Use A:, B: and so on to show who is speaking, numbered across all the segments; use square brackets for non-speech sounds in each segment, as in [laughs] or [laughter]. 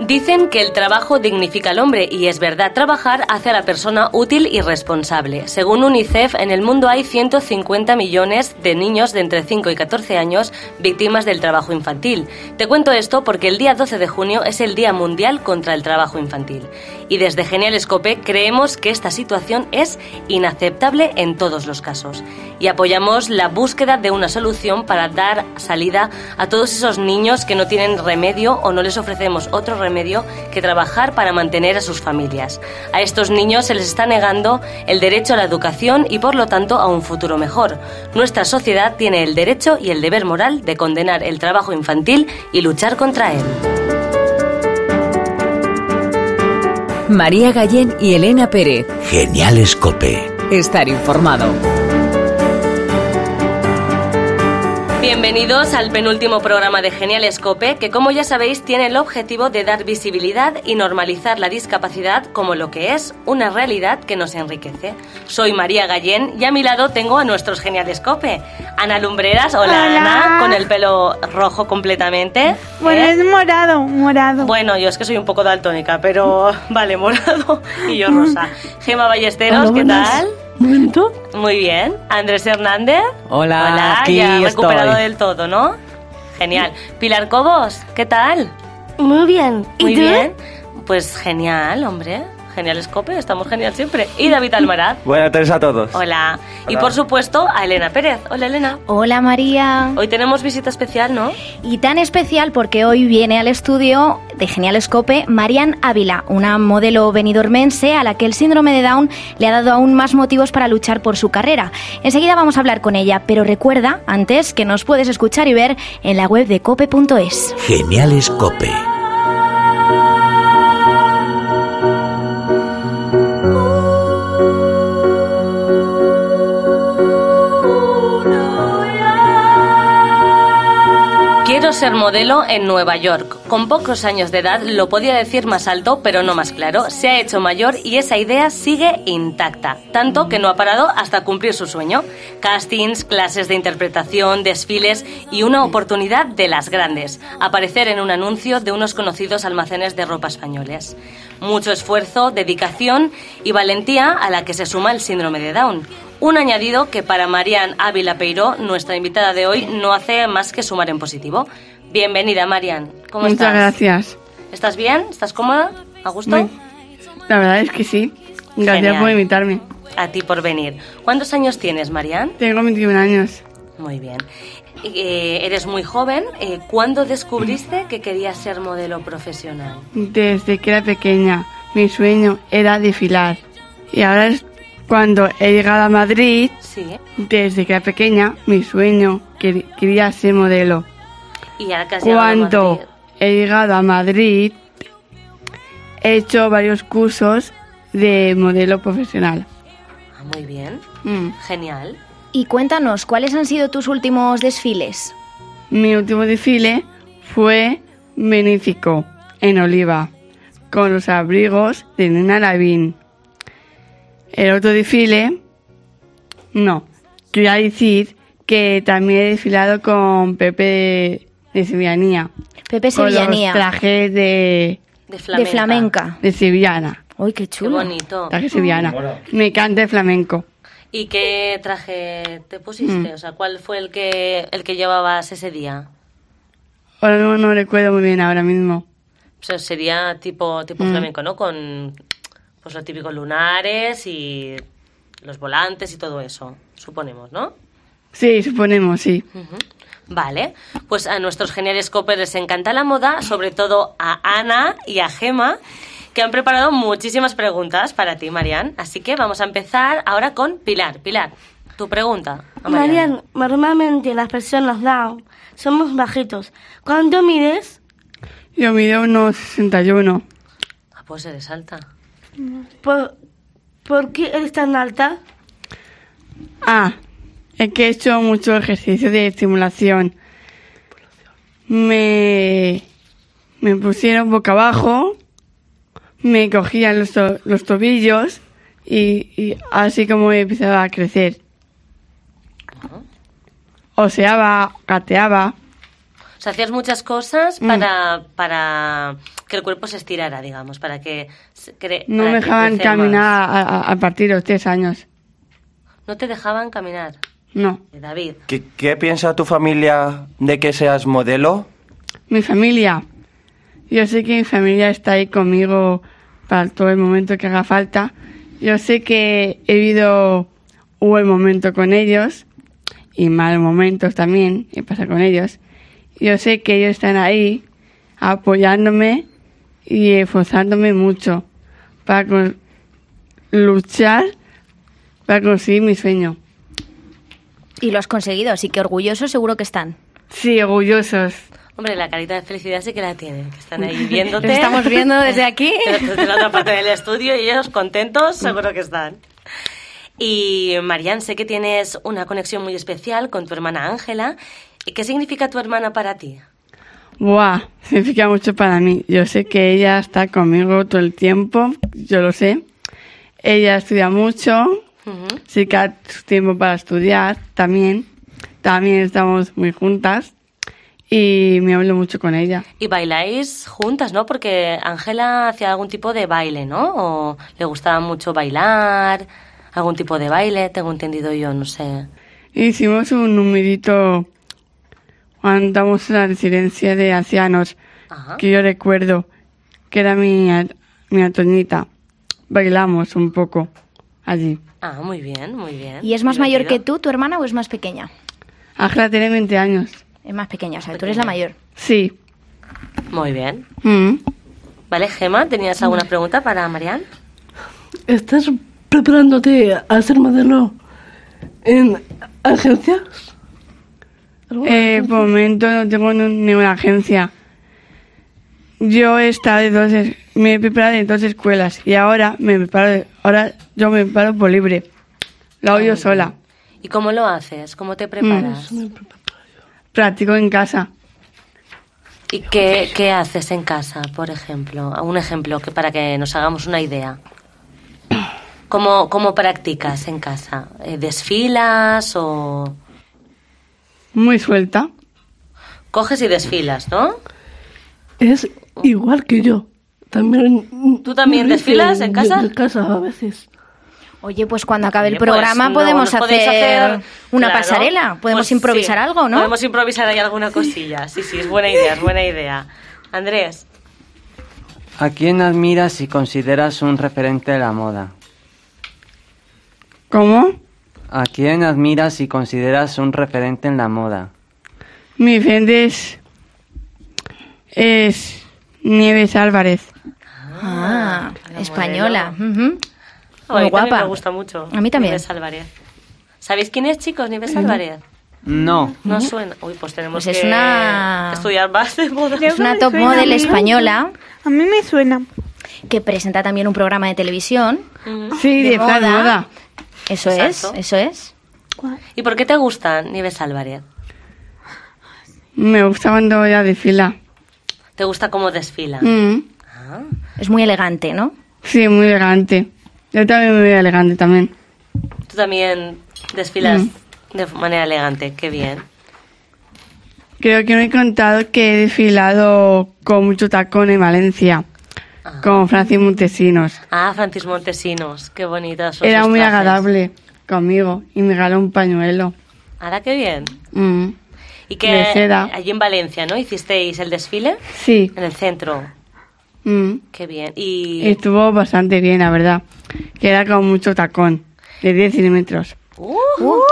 A: Dicen que el trabajo dignifica al hombre y es verdad, trabajar hace a la persona útil y responsable. Según UNICEF, en el mundo hay 150 millones de niños de entre 5 y 14 años víctimas del trabajo infantil. Te cuento esto porque el día 12 de junio es el Día Mundial contra el Trabajo Infantil. Y desde Genial Escope creemos que esta situación es inaceptable en todos los casos. Y apoyamos la búsqueda de una solución para dar salida a todos esos niños que no tienen remedio o no les ofrecemos otro remedio que trabajar para mantener a sus familias. A estos niños se les está negando el derecho a la educación y por lo tanto a un futuro mejor. Nuestra sociedad tiene el derecho y el deber moral de condenar el trabajo infantil y luchar contra él.
B: María Gallén y Elena Pérez.
C: Genial Escope.
B: Estar informado.
A: Bienvenidos al penúltimo programa de Genial Escope, que como ya sabéis tiene el objetivo de dar visibilidad y normalizar la discapacidad como lo que es una realidad que nos enriquece. Soy María Gallén y a mi lado tengo a nuestros Genial Escope. Ana Lumbreras, hola,
D: Hola.
A: Ana, con el pelo rojo completamente.
D: Bueno,
A: ¿eh?
D: es morado, morado.
A: Bueno, yo es que soy un poco daltónica, pero [laughs] vale, morado y yo rosa. Gema Ballesteros, ¿qué tal? Muy bien. Andrés Hernández.
E: Hola,
A: Hola,
E: aquí
A: ya
E: estoy.
A: recuperado del todo, ¿no? Genial. Pilar Cobos, ¿qué tal?
F: Muy bien. ¿Y
A: Muy
F: tú?
A: bien. Pues genial, hombre. Genial escope, estamos genial siempre. Y David Almaraz.
G: Buenas tardes a todos.
A: Hola. Y
G: Hola.
A: por supuesto a Elena Pérez. Hola Elena.
F: Hola María.
A: Hoy tenemos visita especial, ¿no?
F: Y tan especial porque hoy viene al estudio de Genial Escope Marian Ávila, una modelo venidormense a la que el síndrome de Down le ha dado aún más motivos para luchar por su carrera. Enseguida vamos a hablar con ella, pero recuerda antes que nos puedes escuchar y ver en la web de cope.es.
C: Genial Escope.
A: Quiero ser modelo en Nueva York. Con pocos años de edad lo podía decir más alto, pero no más claro. Se ha hecho mayor y esa idea sigue intacta, tanto que no ha parado hasta cumplir su sueño. Castings, clases de interpretación, desfiles y una oportunidad de las grandes, aparecer en un anuncio de unos conocidos almacenes de ropa españoles. Mucho esfuerzo, dedicación y valentía a la que se suma el síndrome de Down. Un añadido que para Marian Ávila Peiró, nuestra invitada de hoy, no hace más que sumar en positivo. Bienvenida, Marian. ¿Cómo
D: Muchas
A: estás?
D: gracias.
A: ¿Estás bien? ¿Estás cómoda? ¿A gusto?
D: Muy- La verdad es que sí. Gracias
A: Genial.
D: por invitarme.
A: A ti por venir. ¿Cuántos años tienes, Marian?
D: Tengo 21 años.
A: Muy bien. Eh, eres muy joven. Eh, ¿Cuándo descubriste que querías ser modelo profesional?
D: Desde que era pequeña, mi sueño era desfilar. Y ahora es cuando he llegado a Madrid,
A: Sí. ¿eh?
D: desde que era pequeña, mi sueño que- quería ser modelo.
A: ¿Y ahora que has llegado a
D: Cuando
A: Madrid?
D: he llegado a Madrid, he hecho varios cursos de modelo profesional.
A: Ah, muy bien.
D: Mm.
A: Genial.
F: Y cuéntanos, ¿cuáles han sido tus últimos desfiles?
D: Mi último desfile fue benéfico en Oliva, con los abrigos de Nena Lavín. El otro desfile, no, quería decir que también he desfilado con Pepe de Sevillanía,
F: Pepe
D: con los
F: Sevillanía,
D: trajes
A: De
D: de,
F: de
A: flamenca.
F: flamenca.
D: de Sevillana,
F: ¡Uy, qué
A: Qué
F: chulo!
A: bonito.
D: traje sevillana. Me encanta el flamenco.
A: ¿Y qué traje te pusiste?
D: Mm.
A: O sea, ¿cuál fue el que el que llevabas ese día?
D: Ahora no, no recuerdo muy bien ahora mismo.
A: O sea, sería tipo tipo flamenco, ¿no? Con pues los típicos lunares y los volantes y todo eso, suponemos, ¿no?
D: Sí, suponemos, sí.
A: Ujú. Vale, pues a nuestros geniales copers les encanta la moda, sobre todo a Ana y a Gema, que han preparado muchísimas preguntas para ti, Marian. Así que vamos a empezar ahora con Pilar. Pilar, tu pregunta. a
H: Marian, normalmente las personas down somos bajitos. ¿Cuánto mides?
D: Yo mido unos 61.
A: Ah, pues eres alta.
H: ¿Por, por qué eres tan alta?
D: Ah, es que he hecho mucho ejercicio de estimulación. Me, me pusieron boca abajo, me cogían los, to- los tobillos y, y así como empezaba a crecer. Oseaba, gateaba. Mm.
A: O sea, hacías muchas cosas para, para que el cuerpo se estirara, digamos, para que... se cre-
D: No
A: para
D: me
A: que
D: dejaban
A: crecer más.
D: caminar a, a- a partir de los tres años.
A: No te dejaban caminar, Eh,
D: No.
A: David.
E: ¿Qué, qué piensa tu familia de que seas modelo?
D: Mi familia. Yo sé que mi familia está ahí conmigo para todo el momento que haga falta. Yo sé que he vivido un buen momento con ellos y malos momentos también he pasado con ellos. Yo sé que ellos están ahí apoyándome y esforzándome mucho para con- luchar para conseguir mi sueño.
F: Y lo has conseguido, así que orgullosos seguro que están.
D: Sí, orgullosos.
A: Hombre, la carita de felicidad sí que la tienen, que están
D: [laughs]
A: ahí viéndote.
F: Nos estamos
A: [laughs]
F: viendo desde aquí.
A: Desde la otra parte del estudio y ellos contentos, seguro que están. Y Marian, sé que tienes una conexión muy especial con tu hermana Ángela. ¿Y ¿Qué significa tu hermana para ti?
D: Buah, [laughs] significa mucho para mí. Yo sé que ella está conmigo todo el tiempo, yo lo sé. Ella estudia mucho,
A: Ujú.
D: sí que ha su tiempo para estudiar también. También estamos muy juntas y me hablo mucho con ella.
A: Y bailáis juntas, ¿no? Porque Ángela hacía algún tipo de baile, ¿no? O le gustaba mucho bailar, algún tipo de baile, tengo entendido yo, no sé.
D: Hicimos un numerito cuando estamos en la residencia de ancianos,
A: Ajá.
D: que yo recuerdo que era mi, a- mi Antoñita. Bailamos un poco allí.
A: Ah, muy bien, muy bien.
F: ¿Y es más mayor que
A: Divertido.
F: tú, tu hermana, o es más pequeña?
D: Ángela tiene 20 años.
F: Es más pequeña, o sea, tú eres la mayor.
D: Sí.
A: Muy bien.
D: Mm.
A: Vale, Gema, ¿tenías
F: Mm.
A: alguna pregunta para Marian?
G: ¿Estás preparándote a ser modelo en agencias?
D: Eh, por momento no tengo ni- ninguna agencia. Yo he estado de dos, es- me he preparado en dos escuelas y ahora me preparo, ahora yo me preparo por libre. Lo hago yo sola.
A: ¿Y cómo lo haces? ¿Cómo te preparas?
F: Mm,
D: Practico en casa.
A: ¿Y qué, qué haces en casa, por ejemplo? Un ejemplo que para que nos hagamos una idea. ¿Cómo, cómo practicas en casa? Eh, ¿Desfilas o...?
D: Muy suelta.
A: Coges y desfilas, ¿no?
G: Es igual que yo. También.
A: ¿Tú también desfilas en casa?
G: En casa a veces.
F: Oye, pues cuando acabe el
A: Oye, pues,
F: programa
A: luego
F: podemos
A: nos podéis
F: hacer, una
A: claro,
F: pasarela, podemos
A: pues
F: improvisar
A: sí,
F: algo, ¿no?
A: Podemos improvisar ahí alguna cosilla. Sí, sí, es buena idea, es buena idea. Andrés,
I: ¿A quién admiras y consideras un referente de la moda?
D: ¿Cómo?
I: ¿A quién admiras y consideras un referente en la moda?
D: Mi gente es, es Nieves Álvarez.
F: Ah,
A: la
F: española. ujú.
A: Oh, a mí también
F: Muy guapa.
A: me gusta mucho.
F: A mí también.
A: Nieves Álvarez. ¿Sabéis quién es, chicos? Nieves Álvarez.
I: No.
A: No suena. Uy, pues tenemos
F: Pues es
A: que
F: una-
A: estudiar más de moda. [laughs]
F: Es una top
J: suena,
F: model
J: ¿no?
F: española
J: A mí me suena.
F: que presenta también un programa de televisión.
D: Sí, de, plan
F: moda.
D: moda.
F: Eso
A: Exacto.
F: es, eso es.
A: ¿Y por qué te gusta Nieves Álvarez?
D: Me gusta cuando ella desfila.
A: ¿Te gusta cómo desfila?
D: Mm.
A: Ah,
F: Es muy elegante, ¿no?
D: Sí, muy elegante. Yo también me veo elegante también.
A: Tú también desfilas
F: Mm.
A: de manera elegante. Qué bien.
D: Creo que me he contado que he desfilado con mucho tacón en Valencia,
A: Ah.
D: con Francis Montesinos.
A: Ah, Francis Montesinos, qué bonitas. son
D: Era
A: sus
D: muy
A: trajes.
D: agradable conmigo y me regaló un pañuelo.
A: Ahora qué bien.
D: Mm.
A: Y que
D: De seda.
A: allí en Valencia, ¿no? Hicisteis el desfile
D: Sí,
A: en el centro.
D: mm.
A: Qué bien. Y
D: estuvo bastante bien, la verdad. Que era con mucho tacón, de 10 milímetros.
A: Uh,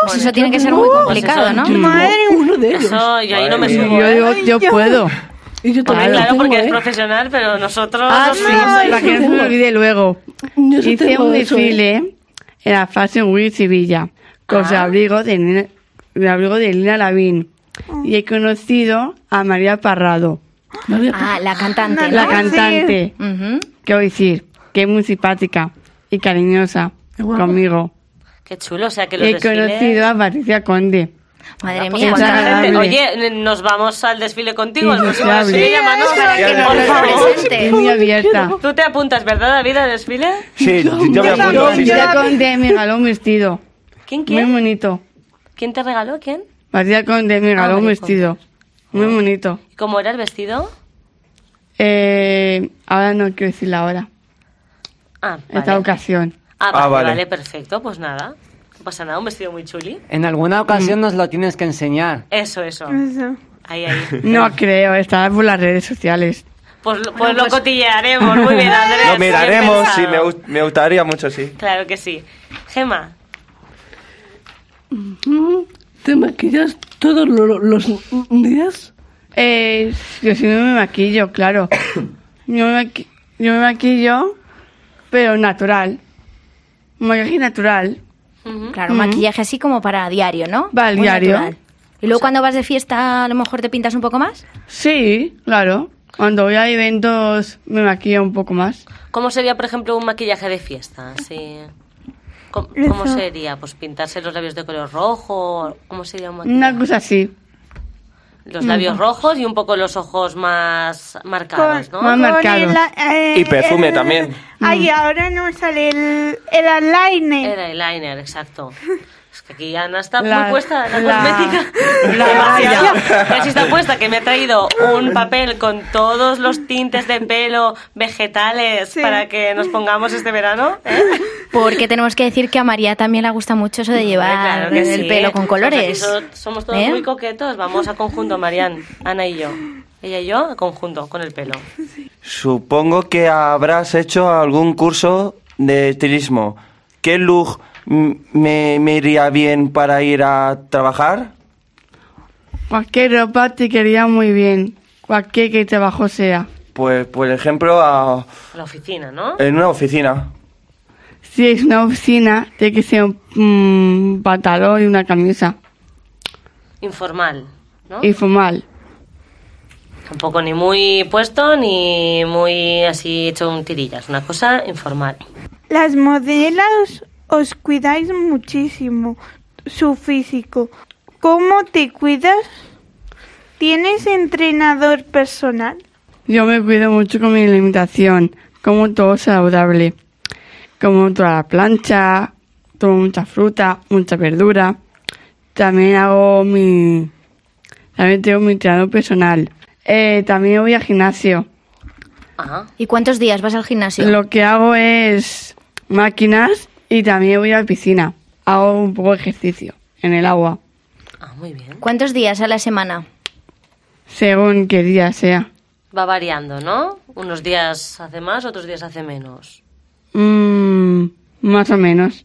F: pues eso tiene que ser muy complicado,
A: eso-
F: ¿no?
A: Mm.
J: Madre
G: Uno de ellos.
A: Eso yo ahí no me
D: Y
A: subo.
D: yo
A: ¿eh?
D: digo,
A: [laughs]
D: yo puedo.
G: Y yo
A: Hombre,
G: también.
A: claro,
G: lo
A: porque es
G: tengo, ¿eh?
A: profesional, pero nosotros
D: Ah,
A: no
D: sí,
A: somos ahí.
D: para que no se me olvide luego.
G: Yo sí
D: Hice
G: tengo
D: un
G: eso,
D: desfile en la Fashion Week Sevilla con su
A: Ah.
D: abrigo de Nina, el abrigo de Lina Lavín y he conocido a María Parrado,
G: María,
F: Ah, la cantante,
D: la
F: ¿no?
D: cantante,
F: Ujú.
D: que voy a decir, que es muy simpática y cariñosa
G: Qué guapa.
D: conmigo.
A: Qué chulo, o sea que los
D: He
A: desfiles-
D: conocido a Patricia Conde.
A: Ah,
F: Madre
A: pues
F: mía.
A: cuánta
D: está
A: gente.
D: agradable.
A: Oye, nos vamos al desfile contigo.
D: Sí,
A: al próximo
D: deseable.
A: desfile, llámanos para que
E: no
A: por
E: nos
A: favor.
F: presente.
D: Es muy abierta.
A: Tú te apuntas, ¿verdad, David, al desfile?
E: Sí, yo, yo me apunto. sí, sí.
D: Patricia Conde me regaló un vestido
A: ¿Quién
D: muy
A: quién?
D: bonito.
A: ¿Quién te regaló? ¿Quién?
D: Patricia Conde me regaló un
A: María
D: vestido muy bonito.
A: ¿Y cómo era el vestido?
D: Eh, ahora no quiero decir la hora.
A: Ah,
D: Esta
A: vale.
D: ocasión.
A: Ah, vale,
E: Ah, vale.
A: vale, perfecto, pues nada. No pasa nada, un vestido muy chuli.
I: En alguna ocasión nos lo tienes que enseñar.
A: Eso, eso.
J: Eso.
A: Ahí,
E: [laughs]
A: ahí.
D: No creo, estará por las redes sociales.
A: Pues, lo- pues lo cotillearemos. Muy
D: [laughs]
A: bien, Andrés.
E: Lo
A: bien
E: miraremos, sí,
A: pensado.
E: me, gust- me gustaría mucho, sí.
A: Claro que sí. Gema,
G: ¿Te maquillas todos lo- los días?
D: Eh, yo si no me maquillo,
G: [coughs]
D: claro. Yo me, maqui- yo me maquillo, pero natural. Maquillaje natural.
F: Claro, maquillaje así como para diario, ¿no?
D: Va al diario.
F: Y luego cuando vas de fiesta, a lo mejor te pintas un poco más.
D: Sí, claro. Cuando voy a eventos me maquillo un poco más.
A: ¿cómo sería, por ejemplo, un maquillaje de fiesta? Así, ¿Cómo, cómo sería? Pues pintarse los labios de color rojo. ¿Cómo sería un maquillaje?
D: Una cosa así.
A: Los labios rojos y un poco los ojos más marcados, ¿no?
D: Más marcados.
J: el a- eh,
E: Y perfume
J: el-
E: también. Mm.
J: Ay, ahora no me sale el, el eyeliner.
A: Era eyeliner, exacto. Es que aquí Ana está
D: La-
A: muy puesta, la,
D: la-
A: cosmética.
D: la
A: [laughs] Demasiado. Casi está puesta, que me ha traído
F: [laughs]
A: un papel con todos los tintes de pelo vegetales
J: Sí.
A: para que nos pongamos este verano.
F: [laughs]
A: ¿eh?
F: Porque tenemos que decir que a María también le gusta mucho eso de llevar
A: Claro que
F: el
A: sí.
F: pelo con colores.
A: Pues aquí so- somos todos
F: ¿Eh?
A: muy coquetos. Vamos a conjunto, Marian, Ana y yo. Ella y yo a conjunto, con el pelo.
E: Supongo que habrás hecho algún curso de estilismo. ¿Qué look mm, me, me iría bien para ir a trabajar?
D: Cualquier ropa te quería muy bien. Cualquier que trabajo sea.
E: Pues, por ejemplo, a-
A: A La oficina, ¿no?
E: en una oficina.
D: Si es una oficina, tiene que ser un mm, pantalón y una camisa.
A: Informal, ¿no?
D: Y formal.
A: Tampoco ni muy puesto ni muy así hecho un tirillas. Una cosa informal.
J: Las modelos os cuidáis muchísimo su físico. ¿Cómo te cuidas? ¿Tienes entrenador personal?
D: Yo me cuido mucho con mi alimentación. Como todo saludable. Como toda la plancha, tomo mucha fruta, mucha verdura. También hago mi... También tengo mi entrenador personal. Eh, también voy al gimnasio.
A: Ajá.
F: ¿Y cuántos días vas al gimnasio?
D: Lo que hago es máquinas y también voy a la piscina. Hago un poco de ejercicio en el agua,
A: Ah, muy bien.
F: ¿Cuántos días a la semana?
D: según qué día sea.
A: Va variando, ¿no? Unos días hace más, otros días hace menos.
D: Mm, más o menos.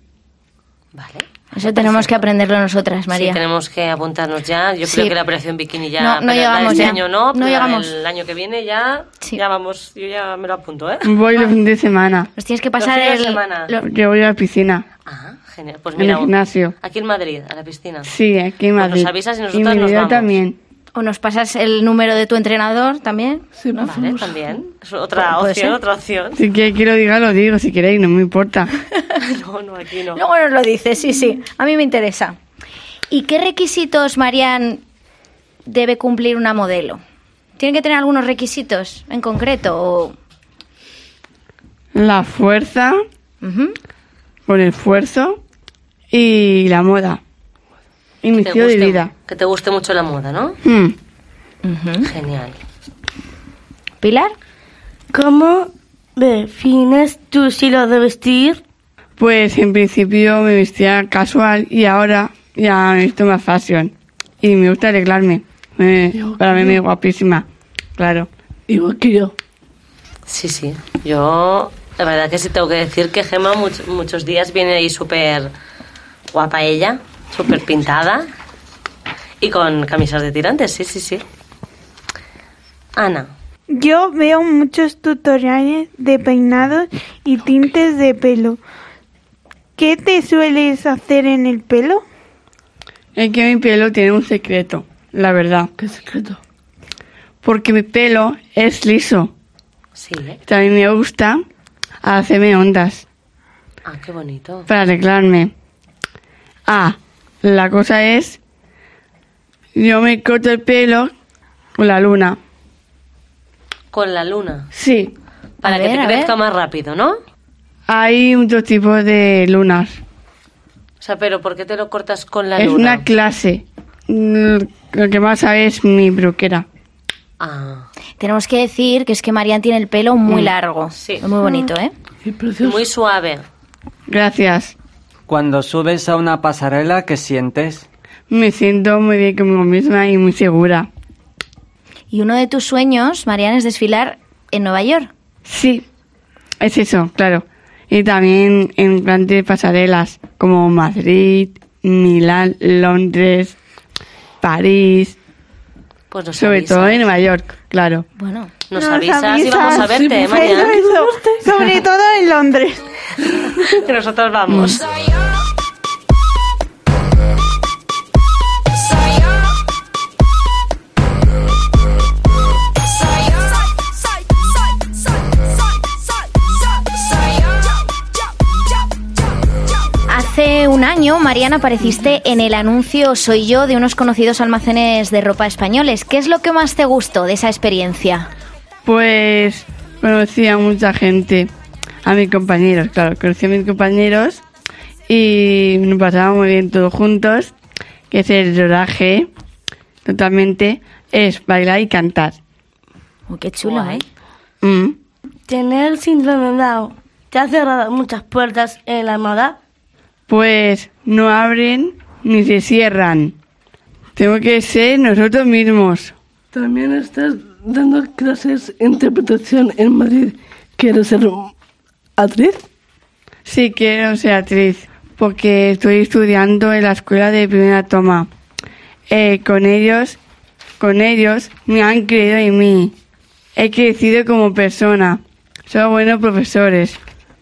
A: Vale.
F: Eso tenemos que aprenderlo nosotras, Pues, María.
A: Pues Sí, tenemos que apuntarnos ya. Yo
F: Sí.
A: creo que la operación bikini ya.
F: No, no
A: para- para
F: llegamos
A: este
F: ya.
A: año no,
F: No
A: pero
F: llegamos.
A: El año que viene ya.
F: Sí.
A: Ya vamos, yo ya me lo apunto, ¿eh?
D: Voy los fines de semana,
F: Nos tienes que
A: Los
F: pasar
A: fines
F: el...
A: de semana.
F: lo-
D: porque voy a la piscina.
A: Ah, genial. Pues
D: En el
A: mira.
D: gimnasio.
A: Aquí en Madrid, a la piscina.
D: Sí, aquí
A: Pues
D: en
A: nos
D: Madrid.
A: avisas y
D: y
A: nosotras
D: mi
A: nos
D: vida
A: vamos.
D: también.
F: O nos pasas el número de tu entrenador también.
G: Sí, por
A: Vale,
G: favor.
A: también. Es otra
F: Pu- puede
A: opción,
F: ser.
A: otra opción.
D: Si quieres que lo diga, lo digo. Si queréis, no me importa.
A: [laughs] no, no, aquí no.
F: Luego nos lo dices, sí, sí. A mí me interesa. ¿Y qué requisitos, Marian, debe cumplir una modelo? ¿Tienen que tener algunos requisitos en concreto? o-
D: La fuerza,
F: Ujú.
D: con el esfuerzo y la moda. Y mi
A: Que te
D: estilo de
A: guste-
D: vida.
A: Que te guste mucho la moda, ¿no?
D: Mm.
F: ¿Mm?
A: Genial.
F: ¿Pilar?
H: ¿Cómo defines tu estilo de vestir?
D: Pues en principio me vestía casual y ahora ya me visto más fashion. Y me gusta arreglarme. Me- para mí me es guapísima. Claro.
G: Igual que yo.
A: Sí, sí. Yo, la verdad que sí tengo que decir que Gema much- muchos días viene ahí súper guapa ella, súper pintada y con camisas de tirantes, sí, sí, sí. Ana,
J: Yo veo muchos tutoriales de peinados y tintes de pelo. ¿Qué te sueles hacer en el pelo?
D: Es que mi pelo tiene un secreto, la verdad.
G: Qué secreto.
D: Porque mi pelo es liso.
A: sí, ¿eh?
D: También me gusta hacerme ondas
A: Ah, qué bonito.
D: para arreglarme. Ah, la cosa es, yo me corto el pelo con la luna.
A: Con la luna,
D: Sí,
A: para
F: A
A: que
F: ver,
A: te
F: a
A: crezca
F: ver.
A: más rápido, ¿no?
D: hay muchos tipos de lunas.
A: O sea, pero ¿por qué te lo cortas con la
D: es
A: luna?
D: una clase. Mm, Lo que más sabe es mi bruquera.
A: Ah.
F: Tenemos que decir que es que Marian tiene el pelo muy
A: Mm.
F: largo.
A: Sí.
F: Muy bonito, ¿eh?
A: Muy suave.
D: Gracias.
I: Cuando subes a una pasarela, ¿qué sientes?
D: Me siento muy bien conmigo misma y muy segura.
F: Y uno de tus sueños, Marian, es desfilar en Nueva York.
D: Sí, es eso, claro. Y también en grandes pasarelas como Madrid, Milán, Londres, París,
A: Pues nos
D: sobre
A: avisas.
D: todo en Nueva York, claro.
F: Bueno,
A: Nos, avisas, y vamos a verte, ¿eh,
J: Eso,
A: Marian.
J: eso,
A: [laughs]
J: sobre todo en Londres.
A: que nosotros vamos.
F: Hace un año, Marian, apareciste en el anuncio Soy yo de unos conocidos almacenes de ropa españoles. ¿Qué es lo que más te gustó de esa experiencia?
D: Pues conocí a mucha gente, a mis compañeros, claro, conocí a mis compañeros y nos pasábamos muy bien todos juntos, que es el rodaje, totalmente, es bailar y cantar.
F: Oh, qué chulo,
A: Guay.
F: ¿eh?
D: Mm.
H: Tener el síndrome de Down te ha cerrado muchas puertas en la moda.
D: Pues no abren ni se cierran. Tengo que ser nosotros mismos.
G: También estás dando clases de interpretación en Madrid. ¿Quieres ser um, actriz?
D: Sí quiero ser actriz, porque estoy estudiando en la escuela de primera toma. Eh, con ellos, con ellos me han creído en mí. He crecido como persona. Son buenos profesores.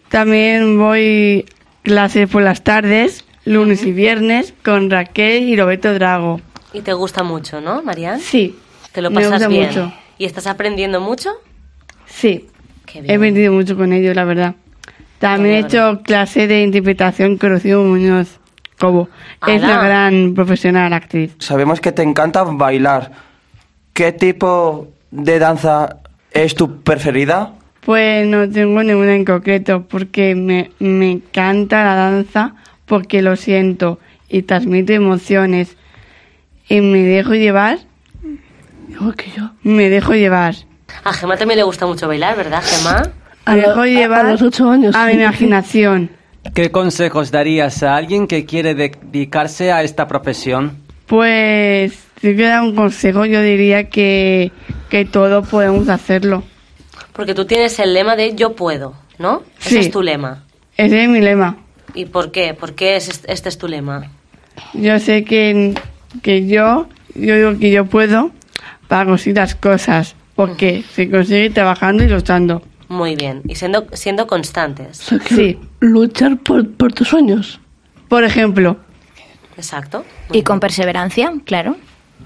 D: También voy clases por las tardes, lunes y viernes, con Raquel y Roberto Drago.
A: Y te gusta mucho, ¿no, Marian?
D: Sí.
A: Te lo
D: me
A: pasas
D: gusta
A: bien.
D: mucho.
A: ¿Y estás aprendiendo mucho?
D: Sí.
A: Qué
D: He aprendido mucho con ellos, la verdad. También he hecho clase de interpretación con Rocío Muñoz Cobo. Es
A: ¡Hala!
D: la gran profesional actriz.
E: Sabemos que te encanta bailar. ¿Qué tipo de danza es tu preferida?
D: Pues no tengo ninguna en concreto porque me, me encanta la danza porque lo siento y transmito emociones. Y me dejo llevar,
G: Igual que yo.
D: me dejo llevar.
A: A Gemma también le gusta mucho bailar, ¿verdad, Gemma?
G: A
D: Me
G: la-
D: dejo
G: a- a
D: llevar
G: los ocho años,
D: a mi
G: sí.
D: imaginación.
I: ¿Qué consejos darías a alguien que quiere dedicarse a esta profesión?
D: Pues si yo dar un consejo, yo diría que, que todos podemos hacerlo.
A: Porque tú tienes el lema de yo puedo, ¿no?
D: Sí.
A: Ese es tu lema.
D: Ese es mi lema.
A: ¿Y por qué? ¿Por qué es est- este es tu lema?
D: Yo sé que, que yo, yo digo que yo puedo para conseguir las cosas, porque se consigue trabajando y luchando.
A: Muy bien. Y siendo, siendo constantes.
G: sea, que
D: Sí.
G: luchar por, por tus sueños.
D: Por ejemplo,
A: Exacto.
F: Y con perseverancia, claro.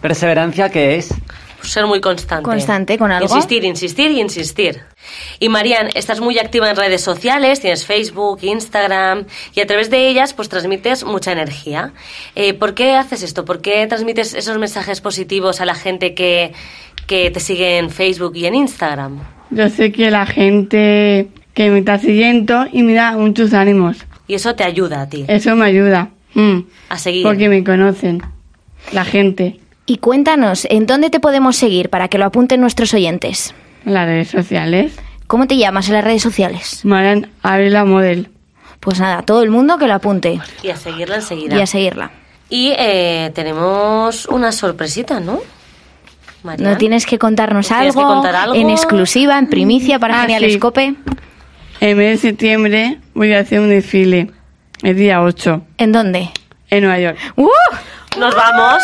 I: ¿Perseverancia qué es?
A: Ser muy constante.
F: Constante con algo.
A: Insistir, insistir y insistir. Y Marian, estás muy activa en redes sociales, tienes Facebook, Instagram, y a través de ellas pues transmites mucha energía. Eh, ¿Por qué haces esto? ¿Por qué transmites esos mensajes positivos a la gente que, que te sigue en Facebook y en Instagram?
D: yo sé que la gente que me está siguiendo y me da muchos ánimos.
A: Y eso te ayuda a ti
D: Eso me ayuda. mm,
A: a seguir.
D: porque me conocen, la gente,
F: Y cuéntanos, ¿en dónde te podemos seguir para que lo apunten nuestros oyentes?
D: en las redes sociales.
F: ¿Cómo te llamas en las redes sociales?
D: Marian Ávila Model.
F: Pues nada, todo el mundo que lo apunte
A: Y a seguirla enseguida.
F: y a seguirla.
A: Y eh, tenemos una sorpresita, ¿no? Marian.
F: No tienes que contarnos
A: ¿Nos tienes
F: algo,
A: que contar algo?
F: en exclusiva, en primicia para
D: Ah,
F: Genial
D: sí.
F: Escope.
D: El mes de septiembre voy a hacer un desfile, el día 8,
F: ¿En dónde?
D: en Nueva York.
F: ¡Uh!
A: Nos
F: [laughs]
A: vamos.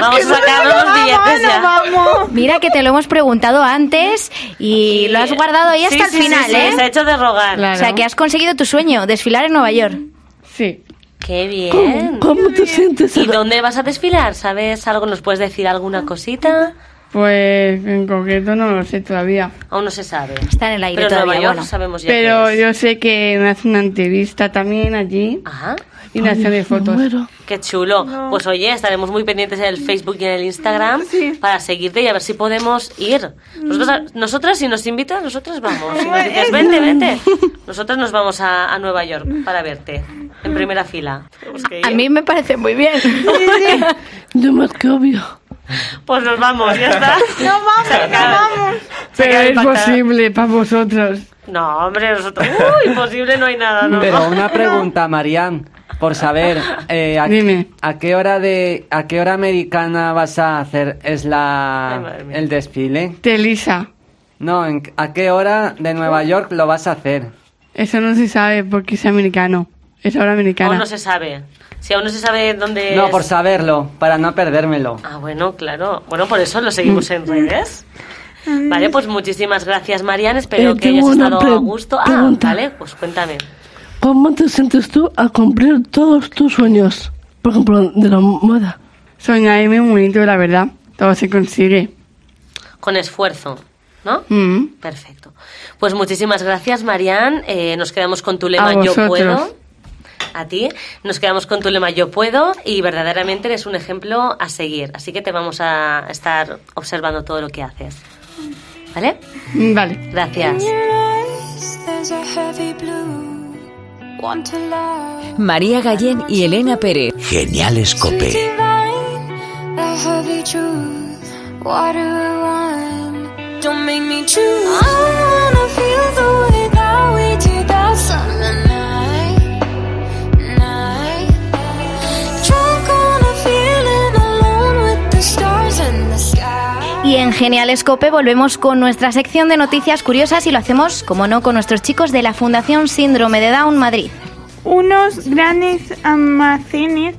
A: vamos a sacar unos billetes ya.
F: Mira que te lo hemos preguntado antes y lo has guardado ahí
A: Sí,
F: hasta el
A: sí, sí,
F: final,
A: sí,
F: ¿eh?
A: Se ha hecho de rogar.
D: Claro.
F: O sea, que has conseguido tu sueño, desfilar en Nueva York.
D: Sí.
A: Qué bien.
G: ¿Cómo, cómo te sientes?
A: ¿Y dónde vas a desfilar? ¿Sabes algo? ¿Nos puedes decir alguna cosita?
D: Pues en concreto no lo sé todavía.
A: Aún no se sabe.
F: Está en el aire
A: Pero
F: todavía,
A: Nueva York
F: bueno.
A: sabemos Pues ya
D: Pero
A: qué es.
D: yo sé que me hacen una entrevista también allí
A: Ajá.
D: y me hacen de fotos.
G: Bueno,
A: Ah, Qué chulo. Pues oye, estaremos muy pendientes en el Facebook y en el Instagram para seguirte y a ver si podemos ir. Nosotras,
D: Mm.
A: nosotras si nos invitan, nosotras vamos. Si nos dices, vente,
D: [laughs]
A: vente. Nosotras nos vamos a, a Nueva York para verte en primera fila. Tenemos que ir.
F: A mí me parece muy bien.
G: yo más que obvio.
A: Pues nos vamos, ya está.
J: [laughs] No vamos, no vamos.
D: Pero
A: acaba de
D: es
A: pactar.
D: posible para vosotros.
A: No, hombre, nosotros. Uy, imposible no hay nada, ¿no?
I: Pero
A: [laughs]
I: una pregunta, Marian, por saber, eh, a,
D: Dime.
I: a qué hora de a qué hora americana vas a hacer es
A: Ay,
I: la
A: madre mía.
I: el desfile?
D: Telisa.
I: No, en- ¿a qué hora de Nueva York lo vas a hacer?
D: Eso no se sabe porque es americano. Es ahora
A: Aún
D: americana.
A: no se sabe. Si aún no se sabe dónde.
I: No,
A: es-
I: por saberlo, para no perdérmelo.
A: Ah, bueno, claro. Bueno, por eso lo seguimos en redes.
J: Mm.
A: Vale, pues muchísimas gracias, Marian. Espero
G: Eh,
A: que
G: tengo
A: hayas
G: una
A: estado
G: pre-
A: a gusto. Ah,
G: pregunta.
A: vale, pues cuéntame.
G: ¿Cómo te sientes tú al cumplir todos tus sueños? Por ejemplo, de la moda.
D: Soñar es muy bonito, la verdad. Todo se consigue.
A: Con esfuerzo, ¿no?
D: Mm.
A: Perfecto. Pues muchísimas gracias, Marian. Eh, nos quedamos con tu lema
D: A
A: Yo
D: vosotros.
A: puedo. A ti. Nos quedamos con tu lema Yo puedo y verdaderamente eres un ejemplo a seguir. Así que te vamos a estar observando todo lo que haces. ¿Vale?
D: Mm, Vale.
A: Gracias.
B: María Gallén y Elena Pérez.
C: Geniales Cope.
F: Y en Genial Escope volvemos con nuestra sección de noticias curiosas y lo hacemos, como no, con nuestros chicos de la Fundación Síndrome de Down Madrid.
J: Unos grandes almacenes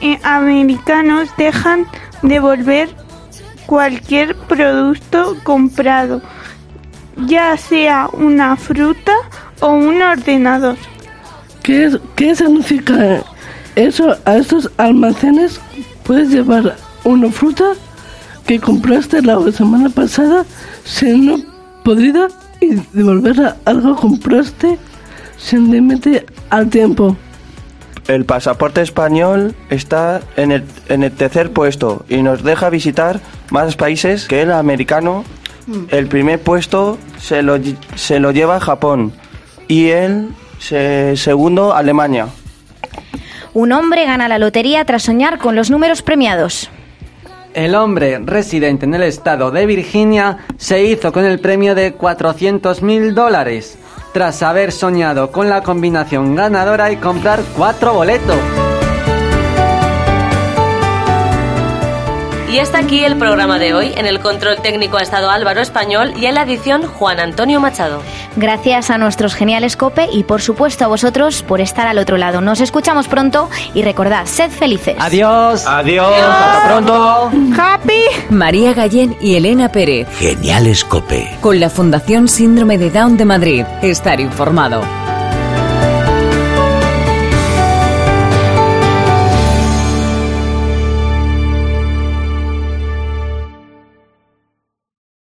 J: eh, americanos dejan de volver cualquier producto comprado, ya sea una fruta o un ordenador.
G: ¿Qué, es- qué significa eso? A estos almacenes puedes llevar una fruta que compraste la semana pasada, siendo podrida, y devolverla algo que compraste sin límite al tiempo.
E: El pasaporte español está en el, en el tercer puesto y nos deja visitar más países que el americano. El primer puesto se lo, lle- se lo lleva Japón y el se- segundo Alemania.
F: Un hombre gana la lotería tras soñar con los números premiados.
I: El hombre residente en el estado de Virginia se hizo con el premio de 400 mil dólares tras haber soñado con la combinación ganadora y comprar cuatro boletos.
A: Y hasta aquí el programa de hoy. En el control técnico ha estado Álvaro Español y en la edición Juan Antonio Machado.
F: Gracias a nuestros geniales COPE y por supuesto a vosotros por estar al otro lado. Nos escuchamos pronto y recordad, sed felices.
I: Adiós.
E: Adiós, hasta pronto.
A: Mm.
J: Happy
B: Ah. María Gallén y Elena Pérez.
C: Geniales Cope.
B: Con la Fundación Síndrome de Down de Madrid. Estar informado.